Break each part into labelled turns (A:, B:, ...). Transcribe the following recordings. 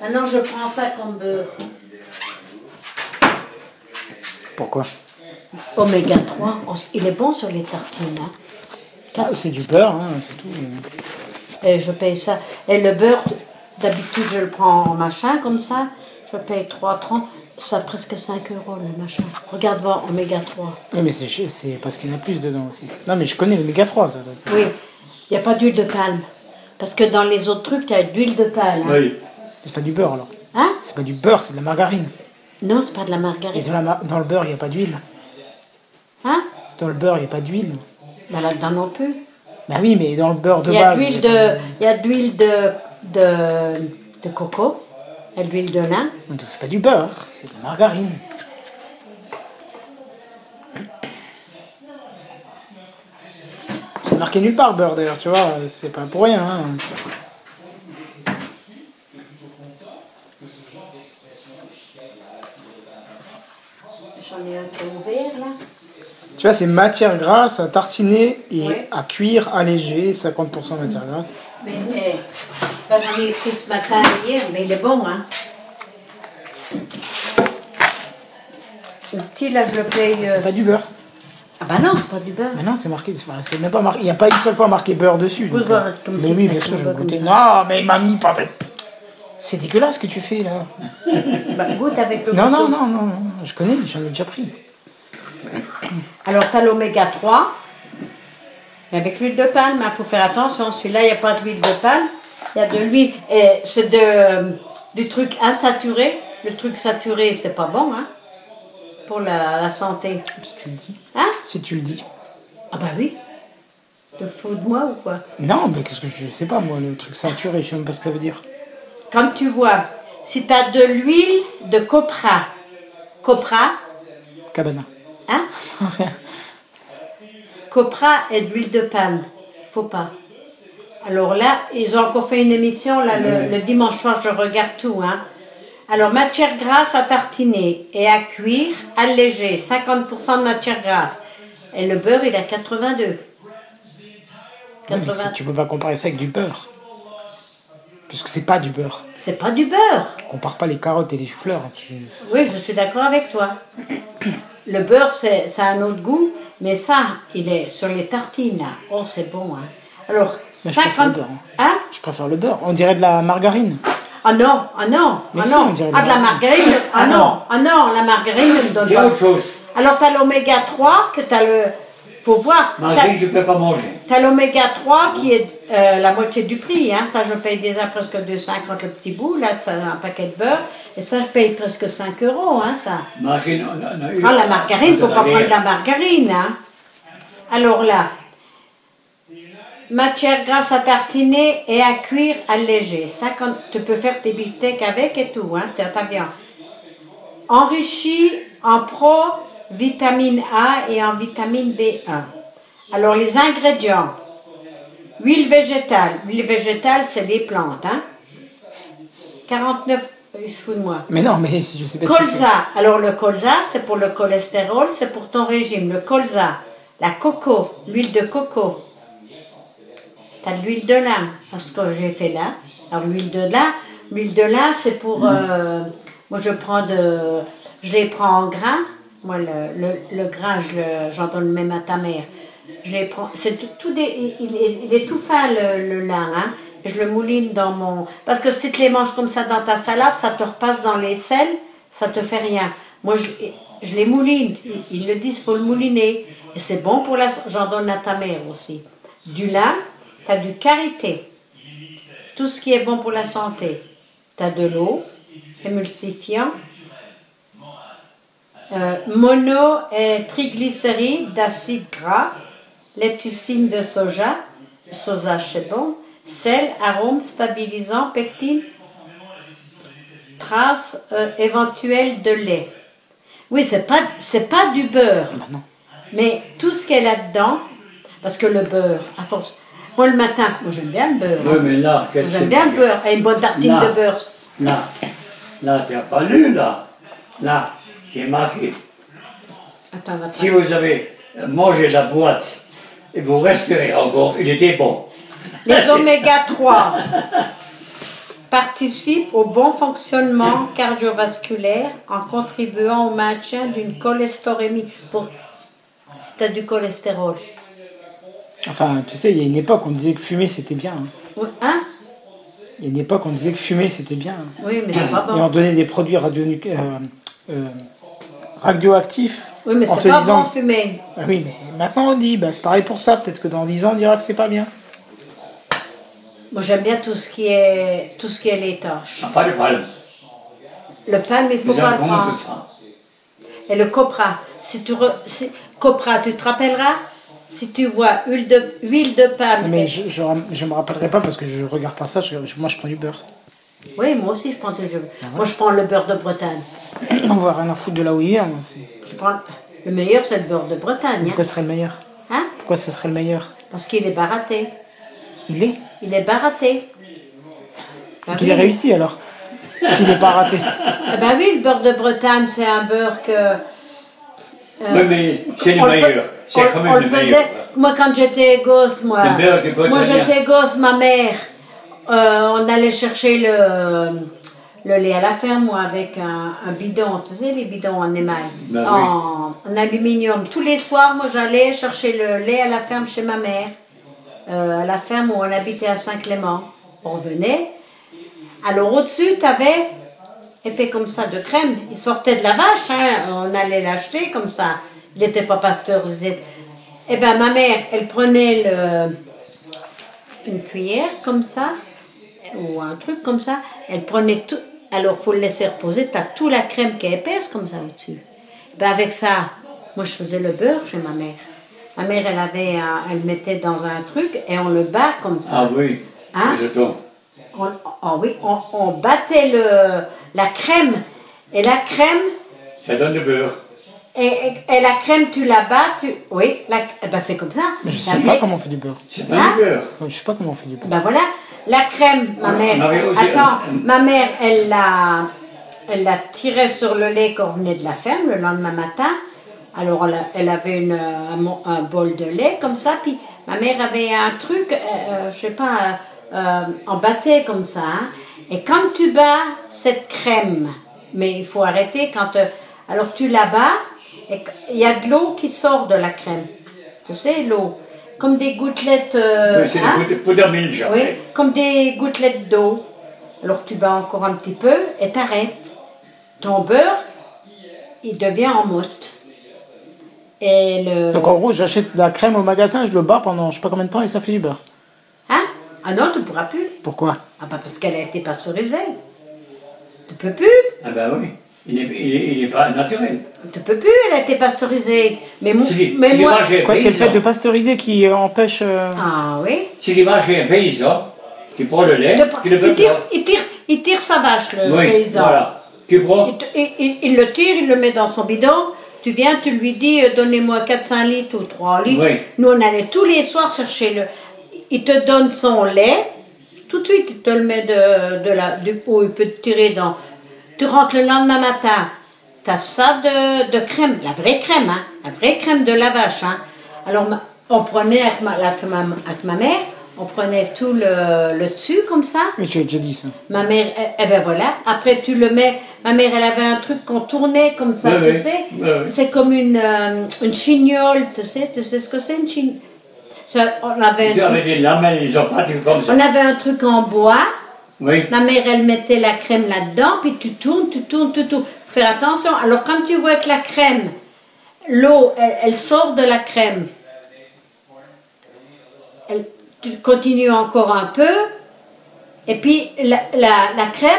A: Maintenant, je prends ça comme beurre.
B: Pourquoi
A: Oméga 3, on- il est bon sur les tartines. hein.
B: Ah, C'est du beurre, hein, c'est tout.
A: Et je paye ça. Et le beurre, d'habitude, je le prends en machin comme ça. Je paye 3,30. Ça a presque 5 euros le machin. Regarde voir, oméga 3.
B: Oui, mais c'est ch- c'est parce qu'il y en a plus dedans aussi. Non, mais je connais l'oméga 3, ça.
A: Oui, il n'y a pas d'huile de palme. Parce que dans les autres trucs, tu as de l'huile de palme. hein.
C: Oui.
B: C'est pas du beurre, alors.
A: Hein
B: C'est pas du beurre, c'est de la margarine.
A: Non, c'est pas de la
B: Et
A: margarine.
B: dans, la mar- dans le beurre, il n'y a pas d'huile.
A: Hein
B: Dans le beurre, il n'y a pas d'huile.
A: Bah là-dedans non plus.
B: Bah oui, mais dans le beurre de
A: Il y a
B: base.
A: de l'huile de, il y a de, l'huile de, de, de coco, il y a de l'huile de lin.
B: Donc, C'est pas du beurre, c'est de la margarine. C'est marqué nulle part beurre d'ailleurs, tu vois, c'est pas pour rien. hein.
A: J'en ai un qui est ouvert là.
B: Tu vois, c'est matière grasse à tartiner et
A: Ouais.
B: à cuire allégé, 50% matière grasse.
A: Mais eh, là, j'en ai pris ce matin hier, mais il est bon hein. Le petit là je le paye. euh,
B: C'est pas du beurre.
A: Ah bah non, c'est pas du beurre.
B: Mais non, c'est marqué, c'est pas- c'est même pas marqué. Il n'y a pas une seule fois marqué beurre dessus.
A: Faut
B: donc,
A: voir
B: euh,
A: comme
B: mais
A: tu
B: oui,
A: fais
B: bien
A: ton
B: sûr, je vais
A: beurre comme
B: goûter. Non, mais mamie, pas bête. C'est dégueulasse ce que tu fais là.
A: Bah, goûte avec le
B: Non, non,
A: couteau.
B: non, non, non, je connais, j'en ai déjà pris.
A: Alors t'as l'oméga 3. Mais avec l'huile de palme, il faut faire attention. Celui-là, il n'y a pas d'huile de palme. Il y a de l'huile. et C'est de, euh, du truc insaturé. Le truc saturé, c'est pas bon, hein. Pour la, la santé.
B: Si tu le dis.
A: Hein
B: Si tu le dis.
A: Ah bah oui. Te fous de moi ou quoi
B: Non, mais qu'est-ce que je sais pas moi, le truc ceinturé, je sais même pas ce que ça veut dire.
A: Comme tu vois, si t'as de l'huile de copra. Copra,
B: Cabana.
A: hein Copra et de l'huile de palme. Faut pas. Alors là, ils ont encore fait une émission, là, le, le dimanche soir, je regarde tout. Hein. Alors, matière grasse à tartiner et à cuire, allégée, 50% de matière grasse. Et le beurre, il est à 82.
B: Ouais, mais
A: 80.
B: si tu peux pas comparer ça avec du beurre. Puisque c'est pas du beurre.
A: C'est pas du beurre.
B: Compare pas les carottes et les choux-fleurs. hein, tu-
A: Oui, je suis d'accord avec toi. Le beurre, c'est, ça a un autre goût, mais ça, il est sur les tartines, là. Oh, c'est bon, hein. Alors,
B: Mais je préfère
A: 50...
B: le beurre,
A: Hein
B: Je préfère le beurre. On dirait de la margarine.
A: Ah non, ah non,
B: Mais
A: ah
B: si, on
A: non,
B: dirait
A: ah
B: de
A: de
B: la
A: la margarine, ah non, ah non, la margarine ne me donne
C: J'ai
A: pas.
C: autre chose.
A: Alors t'as l'oméga 3 que t'as le, faut voir,
C: Margarine,
A: t'as,
C: je ne peux pas manger.
A: t'as l'oméga 3 qui est euh, la moitié du prix, hein, ça je paye déjà presque 2,50 le petit bout, là t'as un paquet de beurre, et ça je paye presque 5 euros, hein, ça.
C: Margarine, on en a eu.
A: Ah la margarine, faut pas prendre de la margarine, hein. Alors là, matière grasse à tartiner et à cuire allégée. 50, tu peux faire tes beefsteaks avec et tout, hein, ta ta viande. Enrichie en pro-vitamine A et en vitamine B1. Alors les ingrédients. Huile végétale. Huile végétale, c'est des plantes, hein. 49, excuse-moi.
B: Mais non, mais si je sais pas ce que
A: Colza. Alors le colza, c'est pour le cholestérol, c'est pour ton régime. Le colza, la coco, l'huile de coco. T'as de l'huile de lin, parce que j'ai fait là. Alors l'huile de lin, l'huile de lin, c'est pour. euh, moi, je prends de, je les prends en grains. Moi, le, le, le grain, je le- j'en donne même à ta mère. Je les prends. C'est tout, tout des, il, il est- il est tout fin le, le lin. Hein. Je le mouline dans mon. Parce que si tu les manges comme ça dans ta salade, ça te repasse dans les selles, ça te fait rien. Moi, je, je les mouline. Ils, ils le disent, faut le mouliner. Et c'est bon pour la. J'en donne à ta mère aussi. Du lin, tu as du karité. Tout ce qui est bon pour la santé. Tu as de l'eau, émulsifiant, euh, mono et triglycérides d'acide gras, léticine de soja, soja c'est bon, sel, arôme, stabilisant, pectine, traces euh, éventuelles de lait. Oui, c'est pas c'est pas du beurre. Mais tout ce qui est là-dedans, parce que le beurre, à force. Moi le matin, moi j'aime bien le beurre.
C: Oui, mais là, qu'est-ce que
A: J'aime bien le beurre et une bonne tartine
C: Non.
A: de beurre.
C: Là, là, tu n'as pas lu, là. Là, c'est marqué.
A: Attends, attends.
C: Si vous avez mangé la boîte et vous resterez encore, il était bon.
A: Les oméga 3. participe au bon fonctionnement cardiovasculaire en contribuant au maintien d'une cholestérolémie. Pour... C'était du cholestérol.
B: Enfin, tu sais, il y a une époque on disait que fumer c'était bien. hein.
A: Oui, Hein
B: Il y a une époque on disait que fumer c'était bien. hein.
A: Oui, mais c'est pas
B: Et on
A: bon.
B: donnait des produits radionuc- euh, euh, radioactifs
A: Oui, mais
B: en
A: c'est
B: te
A: pas
B: disant.
A: bon fumer.
B: Bah oui, mais maintenant on dit, bah, c'est pareil pour ça. Peut-être que dans 10 ans on dira que c'est pas bien.
A: Moi, j'aime bien tout ce qui est tout ce qui est laitage.
C: Ah, pas de palme.
A: Le palme, il faut
C: Nous
A: pas le
C: avons tout
A: prendre.
C: ça.
A: Et le copra. Si tu re- si- copra, tu te rappelleras si tu vois huile de huile de
B: Non,
A: palme.
B: mais
A: et-
B: je, je, ram- je me rappellerai pas parce que je regarde pas ça. je- je- moi je prends du beurre.
A: Oui, moi aussi, je prends toujours. Moi, je prends le beurre de Bretagne.
B: On va rien à foutre de là où il est. hein, c'est-
A: Je prends... Le meilleur, c'est le beurre de Bretagne. Hein?
B: Pourquoi ce serait le meilleur
A: Hein?
B: Pourquoi ce serait le meilleur
A: Parce qu'il est baraté.
B: Il est
A: Il est baraté.
B: C'est
A: Ah
B: qu'il est
A: oui.
B: réussi alors. S'il n'est pas raté.
A: Eh ben oui, le beurre de Bretagne, c'est un beurre que...
C: Oui, mais c'est le
A: Euh, On fa-
C: meilleur. C'est
A: on-
C: quand
A: on
C: même le meilleur.
A: faisait- Moi, quand j'étais gosse, moi,
C: Le beurre de Bretagne.
A: moi j'étais gosse, ma mère, euh, on allait chercher le, le lait à la ferme, moi, avec un, un bidon, tu sais, les bidons en émail,
C: Ben oui.
A: en, en aluminium. Tous les soirs, moi, j'allais chercher le lait à la ferme chez ma mère, euh, à la ferme où on habitait à Saint-Clément. On revenait. Alors, au-dessus, tu avais épais comme ça de crème. Il sortait de la vache, hein, on allait l'acheter comme ça. Il n'était pas pasteurisé. Eh bien, ma mère, elle prenait le- une cuillère comme ça, ou un truc comme ça. Elle prenait tout. Alors, faut le laisser reposer. Tu as toute la crème qui est épaisse comme ça au-dessus. Eh Ben, avec ça, moi, je faisais le beurre chez ma mère. Ma mère, elle avait, un- elle mettait dans un truc et on le bat comme ça.
C: Ah oui,
A: Hein
C: je tombe.
A: On, oh oui, on, on battait le, la crème. Et la crème,
C: Ça donne le beurre.
A: et, et- et la crème, tu la bats, tu... Oui, la, eh ben c'est comme ça.
B: Mais je
A: La
B: sais pas
A: vraie-
B: comment on fait du beurre.
C: Ça donne
A: Hein
C: le beurre.
B: Je sais pas comment on fait du beurre.
C: Bah,
A: Ben voilà, la crème, ma mère...
C: avait aussi-
A: Attends,
C: euh,
A: ma mère, elle la, elle la tirait sur le lait qu'on venait de la ferme le lendemain matin. Alors, elle, a- elle avait une, euh, un, mo- un bol de lait comme ça, puis ma mère avait un truc, euh, euh, je sais pas, euh, euh, en battait comme ça. hein. Et quand tu bats cette crème, mais il faut arrêter quand... euh, alors, tu la bats, et qu- il y a de l'eau qui sort de la crème. Tu sais, l'eau. Comme des gouttelettes... euh,
C: Oui, c'est
A: hein.
C: le poudre milk,
A: Oui,
C: après.
A: comme des gouttelettes d'eau. Alors tu bats encore un petit peu et t'arrêtes. Ton beurre, il devient en motte. Et le...
B: Donc en gros, j'achète de la crème au magasin, je le bats pendant je sais pas combien de temps et ça fait du beurre.
A: Hein Ah non, tu ne pourras plus.
B: Pourquoi
A: Ah bah parce qu'elle a été pasteurisée. Tu peux plus.
C: Ah ben oui, il n'est il est, il est pas naturel.
A: Tu peux plus, elle a été pasteurisée. Mais, mon...
C: Si,
A: mais
C: si les
A: moi...
C: vaches et les
B: Quoi, c'est le fait
C: paysans-
B: de pasteuriser qui euh, empêche. euh,
A: Ah oui.
C: Si les vaches et un paysan qui prend le lait,
A: De-
C: qui le
A: Il,
C: beurre.
A: tire, il, tire, il tire sa vache, le
C: oui,
A: paysan.
C: voilà. Qui prend
A: Il, te- il- il- il le tire, il le met dans son bidon. Tu viens, tu lui dis, euh, donnez-moi 400 litres ou 3 litres.
C: Oui.
A: Nous, on allait tous les soirs chercher le... Il te donne son lait. Tout de suite, il te le met de, de la, du haut. Il peut te tirer dans... Tu rentres le lendemain matin. Tu as ça de, de crème, la vraie crème, hein, la vraie crème de la vache. hein. Alors, ma- on prenait avec ma, avec ma, avec ma mère, on prenait tout le, le dessus comme ça.
B: Mais tu l'as déjà dit ça.
A: Ma mère, eh, eh ben voilà, après tu le mets, ma mère elle avait un truc qu'on tournait comme ça,
C: Ouais,
A: tu
C: ouais.
A: sais,
C: Ouais, ouais.
A: c'est comme une, euh, une chignole, tu sais, tu sais ce que c'est une chignole on, avait un
C: ils avaient
A: truc,
C: des lames, ils ont pas tout comme ça.
A: on avait un truc en bois,
C: Oui,
A: ma mère elle mettait la crème là-dedans, puis tu tournes, tu tournes, tu tournes, Faut faire attention, alors quand tu vois que la crème, l'eau, elle, elle sort de la crème, Elle- tu continues encore un peu, et puis la, la- la crème,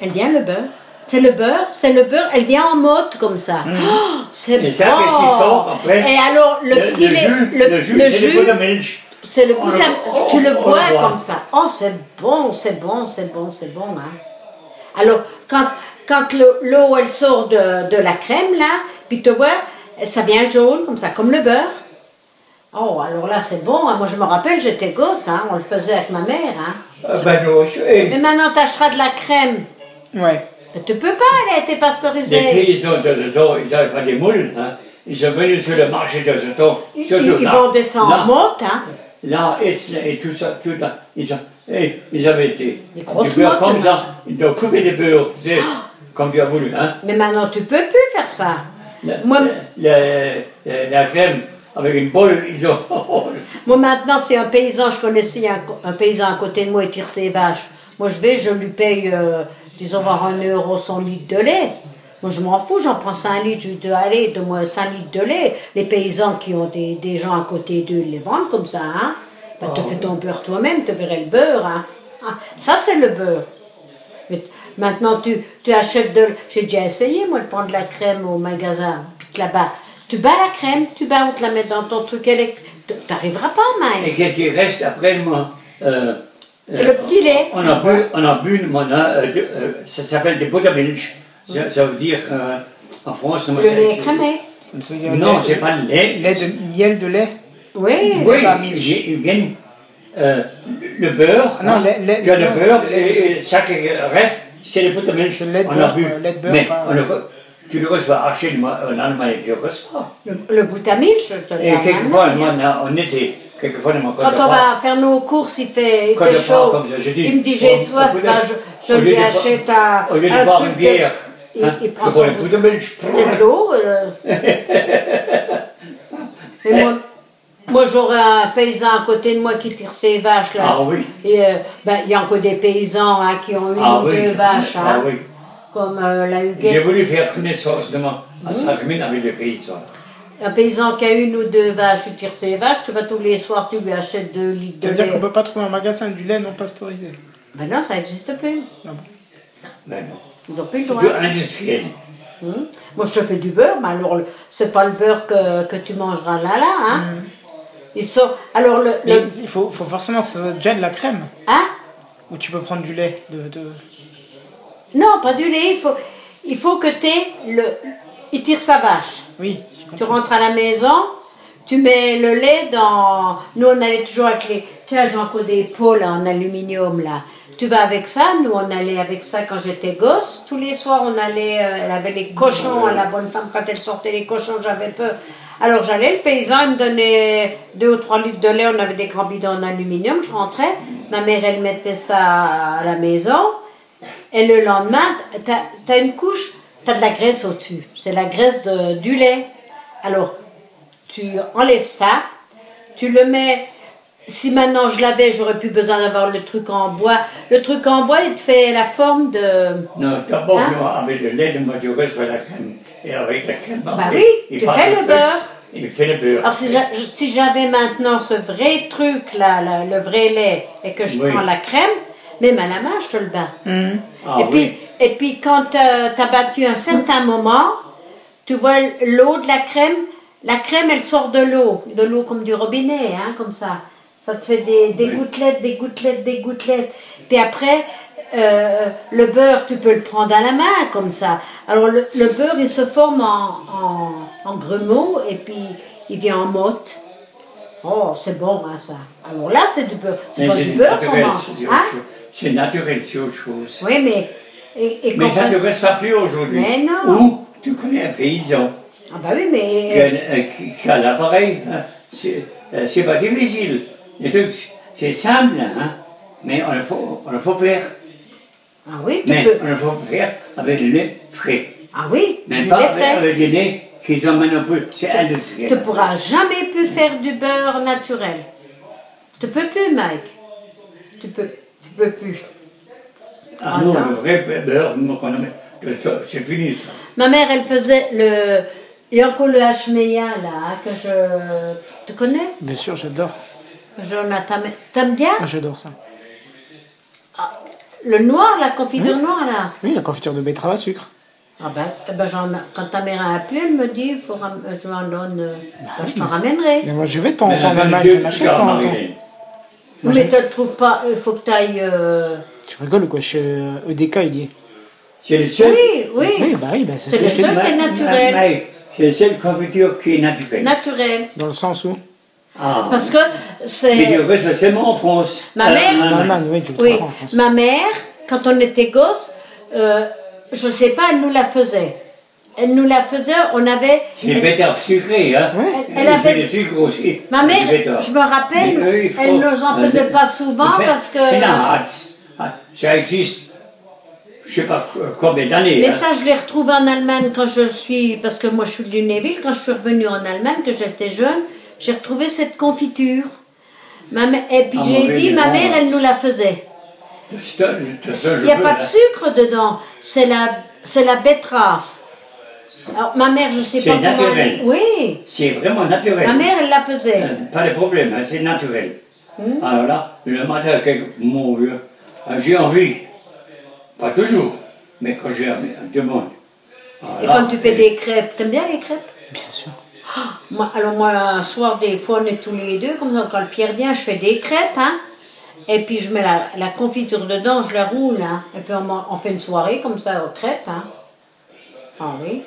A: elle vient le beurre. C'est le beurre, c'est le beurre, elle vient en motte comme ça. Oh, c'est bon.
C: Mm. Et ça, qu'est-ce qui sort après
A: Et alors, le,
C: le,
A: petit
C: le
A: lait-
C: jus,
A: le-
C: le, jus,
A: le
C: c'est
A: jus,
C: le poudre milk.
A: c'est le
C: On
A: goût
C: le-
A: d'am-
C: oh,
A: tu le
C: on le
A: bois
C: boit.
A: comme ça. Oh, c'est bon, c'est bon, c'est bon, c'est bon. Hein. Alors, quand, quand le- l'eau, elle sort de, de la crème, là, puis tu vois, ça vient jaune, comme ça, comme le beurre. Oh, alors là, c'est bon. hein. Moi, je me rappelle, j'étais gosse, hein, on le faisait avec ma mère. Hein.
C: Ah ben nous aussi. Et
A: Mais maintenant, t'achèteras de la crème.
B: Ouais.
A: Mais tu peux pas, elle a été
C: Les
A: pasteurisée.
C: paysans de ce temps, ils n'avaient pas des moules. Hein. Ils sont venus sur le marché de ce temps.
A: Ils,
C: surtout
A: ils- ils
C: là.
A: vendaient ça en
C: Là.
A: motte, hein.
C: là, Etzler et tout ça, tout là, ils, ont, eh, ils avaient été
A: Les grosses
C: du beurre
A: mottes, Ah.
C: comme ça, ils ont coupé les beurres, tu sais, comme tu as voulu, hein.
A: Mais maintenant, tu peux plus faire ça.
C: La,
A: Moi-
C: la- la- la crème avec une bolle, ils ont.
A: Moi, maintenant, c'est un paysan, je connaissais un, co- un paysan à côté de moi, il tire ses vaches. Moi, je vais, je lui paye, euh, disons, voir un euro son litre de lait. Moi, je m'en fous, j'en prends 5 litres, je lui dis, allez, donne-moi 5 litres de lait. Les paysans qui ont des, des gens à côté d'eux, ils les vendent comme ça, hein. Bah, te fais ton beurre toi-même, te verrai le beurre, hein. Ah, ça, c'est le beurre. Mais maintenant, tu, tu achètes de... J'ai déjà essayé, moi, de prendre de la crème au magasin, puis que là-bas. Tu bats la crème, tu bats, on te la met dans ton truc électrique. T'arriveras pas,
C: Et
A: Mike.
C: qu'est-ce qui reste après, moi euh,
A: C'est le petit lait.
C: On a bu, on a bu, mais on a, euh, de- euh, ça s'appelle des buttermilch. Ça, ça veut dire, euh, en France,
A: Le
C: nous, c'est-
A: lait cramé.
B: Ça ne se dit-
C: Non,
B: lait-
C: c'est pas le
B: lait de miel de lait.
A: Oui.
C: Oui,
B: Buttermilch.
C: ils- ils viennent, euh, le beurre.
B: Ah non, lait- lait-
C: tu as le
B: non,
C: beurre
B: lait-
C: et, et ça qui reste, c'est le buttermilch.
B: C'est le lait de
C: On a
B: beurre,
C: bu.
B: euh, lait de beurre,
C: Mais
B: pas-
C: on le re- tu le reçois à chez moi en Allemagne, tu le reçois.
A: Le, le boutamilch, je te le
C: Et
A: donne,
C: quelquefois,
A: hein,
C: moi, on, a- on était, quelquefois, on m'a
A: Quand on va faire nos courses, il fait, il
C: Quand
A: fait
C: je pars
A: chaud.
C: comme ça, je dis,
A: il me dit, j'ai
C: on-
A: soif,
C: on peut
A: ben,
C: dire,
A: je, je
C: au lieu
A: lui
C: de boire-
A: achète un,
C: Au lieu
A: un
C: de boire
A: truc
C: une bière,
A: Il,
C: hein,
A: il prend
C: je bois
A: son
C: un
A: bout-
C: buttermilch.
A: C'est de l'eau. euh. Mais moi, moi j'aurais un paysan à côté de moi qui tire ses vaches là.
C: Ah oui.
A: Et euh, ben, il y a encore des paysans hein, qui ont une
C: Ah
A: ou
C: oui.
A: deux vaches, hein,
C: Ah oui.
A: comme euh, la
C: J'ai
A: Huguette.
C: voulu faire connaissance demain
A: Hein
C: à Sargmine avec les paysans.
A: Un paysan qui a une ou deux vaches, tu tires ses vaches, tu vas tous les soirs, tu lui achètes deux litres de
B: Ça veut dire
A: lait.
B: qu'on peut pas trouver un magasin du lait non pasteurisé.
A: Ben non, ça n'existe plus.
B: Non.
C: Mais non.
A: Ils n'ont plus le
C: C'est
A: droit.
C: tout industriel.
A: Hum. Moi, je te fais du beurre, mais alors, le- c'est pas le beurre que, que tu mangeras là, là, hein.
C: Mm.
A: Ils sont... Alors, le...
B: Mais
A: le-
B: il faut, faut forcément que ça soit déjà de la crème.
A: Hein
B: Ou tu peux prendre du lait de. de-
A: Non, pas du lait, il faut, il faut que t'aies le... Il tire sa vache.
B: Oui. je comprends.
A: Tu rentres à la maison, tu mets le lait dans... Nous, on allait toujours avec les... Tiens, j'ai encore des pots, là, en aluminium, là. Tu vas avec ça, nous, on allait avec ça quand j'étais gosse. Tous les soirs, on allait... euh, elle avait les cochons, à la bonne femme, quand elle sortait les cochons, j'avais peur. Alors, j'allais, le paysan, il me donnait deux ou trois litres de lait, on avait des grands bidons en aluminium, je rentrais. Ma mère, elle mettait ça à la maison. Et le lendemain, t'as as une couche, t'as de la graisse au-dessus. C'est la graisse de- du lait. Alors, tu enlèves ça, tu le mets. Si maintenant je l'avais, j'aurais plus besoin d'avoir le truc en bois. Le truc en bois, il te fait la forme de.
C: Non, d'abord,
A: Hein?
C: nous, avec le lait de Maduré sur la crème. Et avec la crème, après,
A: Bah oui,
C: il
A: tu
C: passe
A: fais le
C: truc,
A: beurre.
C: Il fait le beurre.
A: Alors, si j'a- si j'avais maintenant ce vrai truc-là, la- le vrai lait, et que je
C: Oui.
A: prends la crème, même à la main, je te le bats.
C: Ah
A: et,
C: oui.
A: puis, et puis quand tu as battu un certain moment, tu vois l'eau de la crème, la crème elle sort de l'eau, de l'eau comme du robinet, hein, comme ça. Ça te fait des, des
C: Oui.
A: gouttelettes, des gouttelettes, des gouttelettes. Puis après, euh, le beurre, tu peux le prendre à la main, comme ça. Alors le, le beurre, il se forme en, en, en grumeaux et puis il vient en motte. Oh, c'est bon, hein, ça. Alors là, c'est du beurre. C'est
C: Mais
A: pas
C: c'est
A: du beurre qu'on
C: naturel,
A: mange.
C: c'est autre
A: hein.
C: chose. C'est naturel, c'est autre chose.
A: Oui, mais. Et, et
C: Mais
A: quand
C: ça
A: on-
C: ne reste pas plus aujourd'hui.
A: Mais non.
C: Ou tu connais un paysan
A: Ah, bah oui,
C: qui
A: mais.
C: a, euh, qui- qui a l'appareil. hein. C'est euh, c'est pas difficile. Les trucs, c'est simple, hein. mais on le faut, on le faut faire.
A: Ah oui, tu
C: Mais
A: peux.
C: on le faut faire avec le lait frais.
A: Ah oui,
C: Mais
A: tu
C: pas
A: les
C: avec,
A: frais.
C: avec le lait qu'ils emmènent un peu. C'est industriel.
A: Tu pourras jamais plus faire du beurre naturel. Tu peux plus, Mike. Tu peux, tu peux plus.
C: Ah non,
A: Attends.
C: le vrai beurre, nous, qu'on met- que ça- c'est fini ça.
A: Ma mère, elle faisait le. Il y a encore le hachmeya, là, hein, que je. Tu connais
B: Bien sûr, j'adore.
A: Jonathan. T'aimes bien
B: Ah, J'adore ça.
A: Le noir, la
C: Hein?
A: confiture noire, là
B: Oui, la confiture de betterave à sucre.
A: Ah ben, eh ben, j'en- quand ta mère a appelé, elle me dit, faut ram- je m'en donne, euh,
C: Bah
A: ben, je t'en ramènerai.
B: Mais moi, je vais de temps
C: Mais
B: en temps en
C: la-
B: Allemagne,
C: le-
B: je m'achète de temps en temps.
C: Marie-Hélène.
A: Oui, mais tu ne trouves pas, il faut que euh, tu ailles.
B: Tu rigoles ou quoi Chez euh, EDK, il y est.
C: C'est le seul.
A: Oui, oui,
B: Oui, bah oui, bah, c'est
A: C'est
B: ce que
A: le
B: je te
A: seul
B: dis.
A: qui est naturel.
C: Mike, c'est la seule confiture qui est naturelle.
A: naturel.
B: Dans le sens où
C: ah.
A: Parce que
C: Mais je
A: c'est.
C: reste seulement en France.
A: Ma
C: Euh,
A: mère-
C: en
B: En
C: Allemagne.
B: Allemagne, oui, tu le
A: Oui,
B: trouveras en France.
A: ma mère, quand on était gosse, euh, je ne sais pas, elle nous la faisait. elle nous la faisait, on avait...
C: C'est le pétard sucré, hein.
B: Ouais.
A: Elle- elle avait-
C: le sucre aussi.
A: Ma
C: du
A: mère,
C: pétard.
A: je me rappelle,
C: Mais eux, ils
A: elle
C: font-
A: ne nous en
C: euh,
A: faisait pas
C: ils
A: souvent
C: font-
A: parce que...
C: C'est normal. Ah, Ça existe, je sais pas euh, combien d'années.
A: Mais
C: hein.
A: ça, je l'ai retrouvé en Allemagne quand je suis, parce que moi je suis du Neville, quand je suis revenue en Allemagne, que j'étais jeune, j'ai retrouvé cette confiture. Ma mè- et puis
C: Ah,
A: j'ai
C: mauvais
A: dit, ma
C: mélange.
A: mère, elle nous la faisait.
C: C'est un- c'est un
A: Il
C: jeu,
A: n'y a
C: là. hein.
A: pas de sucre dedans, c'est la, c'est la betterave. Alors, ma mère, je sais
C: C'est
A: pas comment.
C: naturel.
A: elle- Oui,
C: C'est vraiment naturel.
A: ma mère, elle la faisait.
C: Euh, Pas de problème, hein, c'est naturel.
A: Hmm.
C: Alors là, le matin, quelque- mon vieux, euh, j'ai envie. Pas toujours, mais quand j'ai envie, euh, je demande. Alors
A: et
C: là,
A: quand tu fais des crêpes, t'aimes bien les crêpes
B: Bien sûr.
A: Moi, alors moi, un soir, des fois, on est tous les deux, comme ça, quand le Pierre vient, je fais des crêpes, hein, et puis je mets la, la confiture dedans, je la roule, hein, et puis on, man- on fait une soirée comme ça aux crêpes, hein. Ah oui.